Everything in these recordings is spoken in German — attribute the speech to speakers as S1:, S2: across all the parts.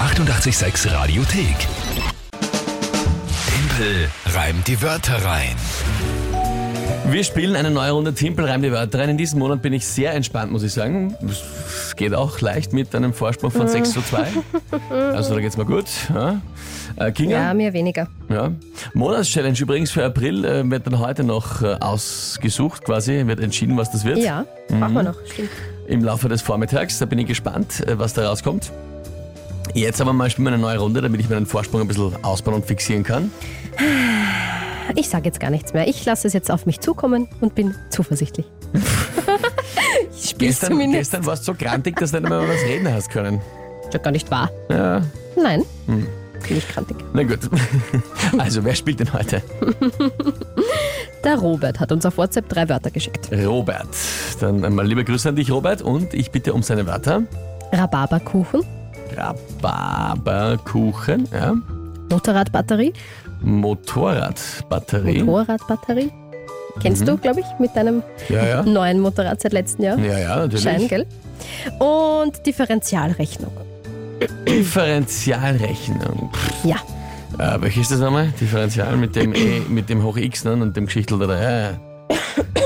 S1: 886 Radiothek. Tempel reimt die Wörter rein.
S2: Wir spielen eine neue Runde Timpel, reim die Wörter rein. In diesem Monat bin ich sehr entspannt, muss ich sagen. Es geht auch leicht mit einem Vorsprung von 6 zu 2. Also da geht's mir gut. Ja. Äh,
S3: Ja,
S2: Kinga?
S3: mir weniger.
S2: Ja. Monatschallenge übrigens für April äh, wird dann heute noch äh, ausgesucht quasi, wird entschieden, was das wird.
S3: Ja,
S2: Mhm.
S3: machen wir noch. Stimmt.
S2: im Laufe des Vormittags. Da bin ich gespannt, äh, was da rauskommt. Jetzt aber mal spielen wir eine neue Runde, damit ich meinen Vorsprung ein bisschen ausbauen und fixieren kann.
S3: Ich sage jetzt gar nichts mehr. Ich lasse es jetzt auf mich zukommen und bin zuversichtlich. ich spiele es
S2: Gestern,
S3: zumindest.
S2: gestern warst du so grantig, dass du nicht mehr über was reden hast können.
S3: Doch gar nicht wahr.
S2: Ja,
S3: Nein,
S2: Mhm.
S3: bin ich krantig.
S2: na gut. Also, wer spielt denn heute?
S3: Der Robert hat uns auf WhatsApp drei Wörter geschickt.
S2: Robert. Dann einmal liebe Grüße an dich, Robert. Und ich bitte um seine Wörter.
S3: Rhabarberkuchen,
S2: Rhabarberkuchen, ja.
S3: Motorradbatterie,
S2: Motorradbatterie.
S3: Motorradbatterie. Kennst du, glaube ich, mit deinem
S2: ja, Mhm. ja.
S3: neuen Motorrad seit letztem Jahr?
S2: Ja, ja, natürlich.
S3: Schein, gell? Und Differentialrechnung.
S2: Differentialrechnung.
S3: Ja,
S2: Äh, welches ist das nochmal? Differential mit dem, e, mit dem hoch x ne? und dem Geschichtel da. Ja, ja.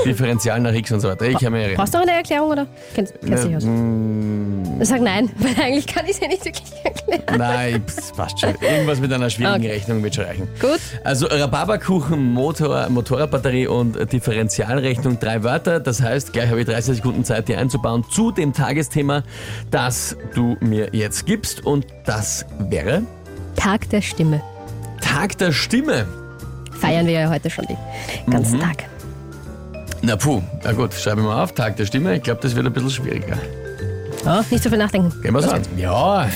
S2: Differential nach x und so weiter. Ich habe mir
S3: brauchst du noch eine Erklärung oder? Kennst du dich aus?
S2: Mhm.
S3: Sag nein, weil eigentlich kann ich es ja nicht wirklich erklären.
S2: Äh, Nein, pss, passt schon. Irgendwas mit einer schwierigen
S3: Okay.
S2: Rechnung wird schon reichen.
S3: Gut.
S2: Also Rhabarberkuchen, Motor, Motorradbatterie und Differentialrechnung, drei Wörter. Das heißt, gleich habe ich 30 Sekunden Zeit, die einzubauen zu dem Tagesthema, das du mir jetzt gibst. Und das wäre
S3: Tag der Stimme.
S2: Tag der Stimme.
S3: Feiern wir ja heute schon den ganzen Tag.
S2: Na puh, na gut, schreibe mal auf, Tag der Stimme. Ich glaube, das wird ein bisschen schwieriger.
S3: Ja, nicht so viel nachdenken.
S2: Gehen wir's an. Ja.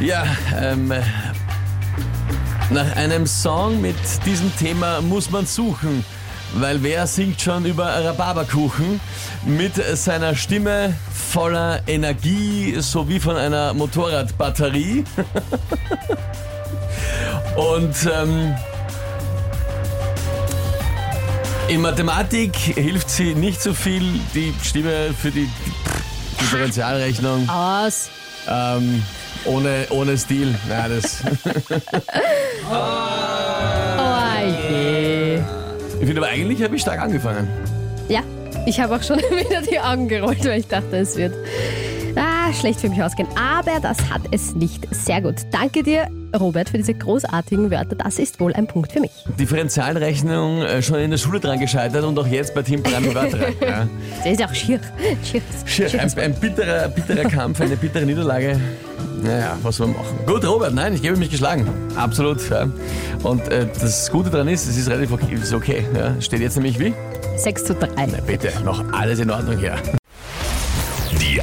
S2: Ja, ähm, nach einem Song mit diesem Thema muss man suchen, weil wer singt schon über Rhabarberkuchen mit seiner Stimme voller Energie sowie von einer Motorradbatterie? Und ähm, in Mathematik hilft sie nicht so viel, die Stimme für die Differentialrechnung
S3: Aus.
S2: ähm, ohne, ohne Stil. Na, das,
S3: Oh je.
S2: ich finde, aber eigentlich habe ich stark angefangen.
S3: Ja, ich habe auch schon wieder die Augen gerollt, weil ich dachte, es wird ah, schlecht für mich ausgehen. Aber das hat es nicht. Sehr gut. Danke dir, Robert, für diese großartigen Wörter. Das ist wohl ein Punkt für mich.
S2: Differentialrechnung äh, schon in der Schule dran gescheitert und auch jetzt bei Team Prime Wörter. Ja.
S3: Das ist auch schier. Cheers.
S2: Shit, ein, ein bitterer, bitterer Kampf, eine bittere Niederlage. Naja, was soll man machen? Gut, Robert, nein, ich gebe mich geschlagen. Absolut. Ja. Und äh, das Gute daran ist, es ist relativ okay. Ist okay ja. Steht jetzt nämlich wie?
S3: 6 zu 3.
S2: Bitte, noch alles in Ordnung hier.
S1: Die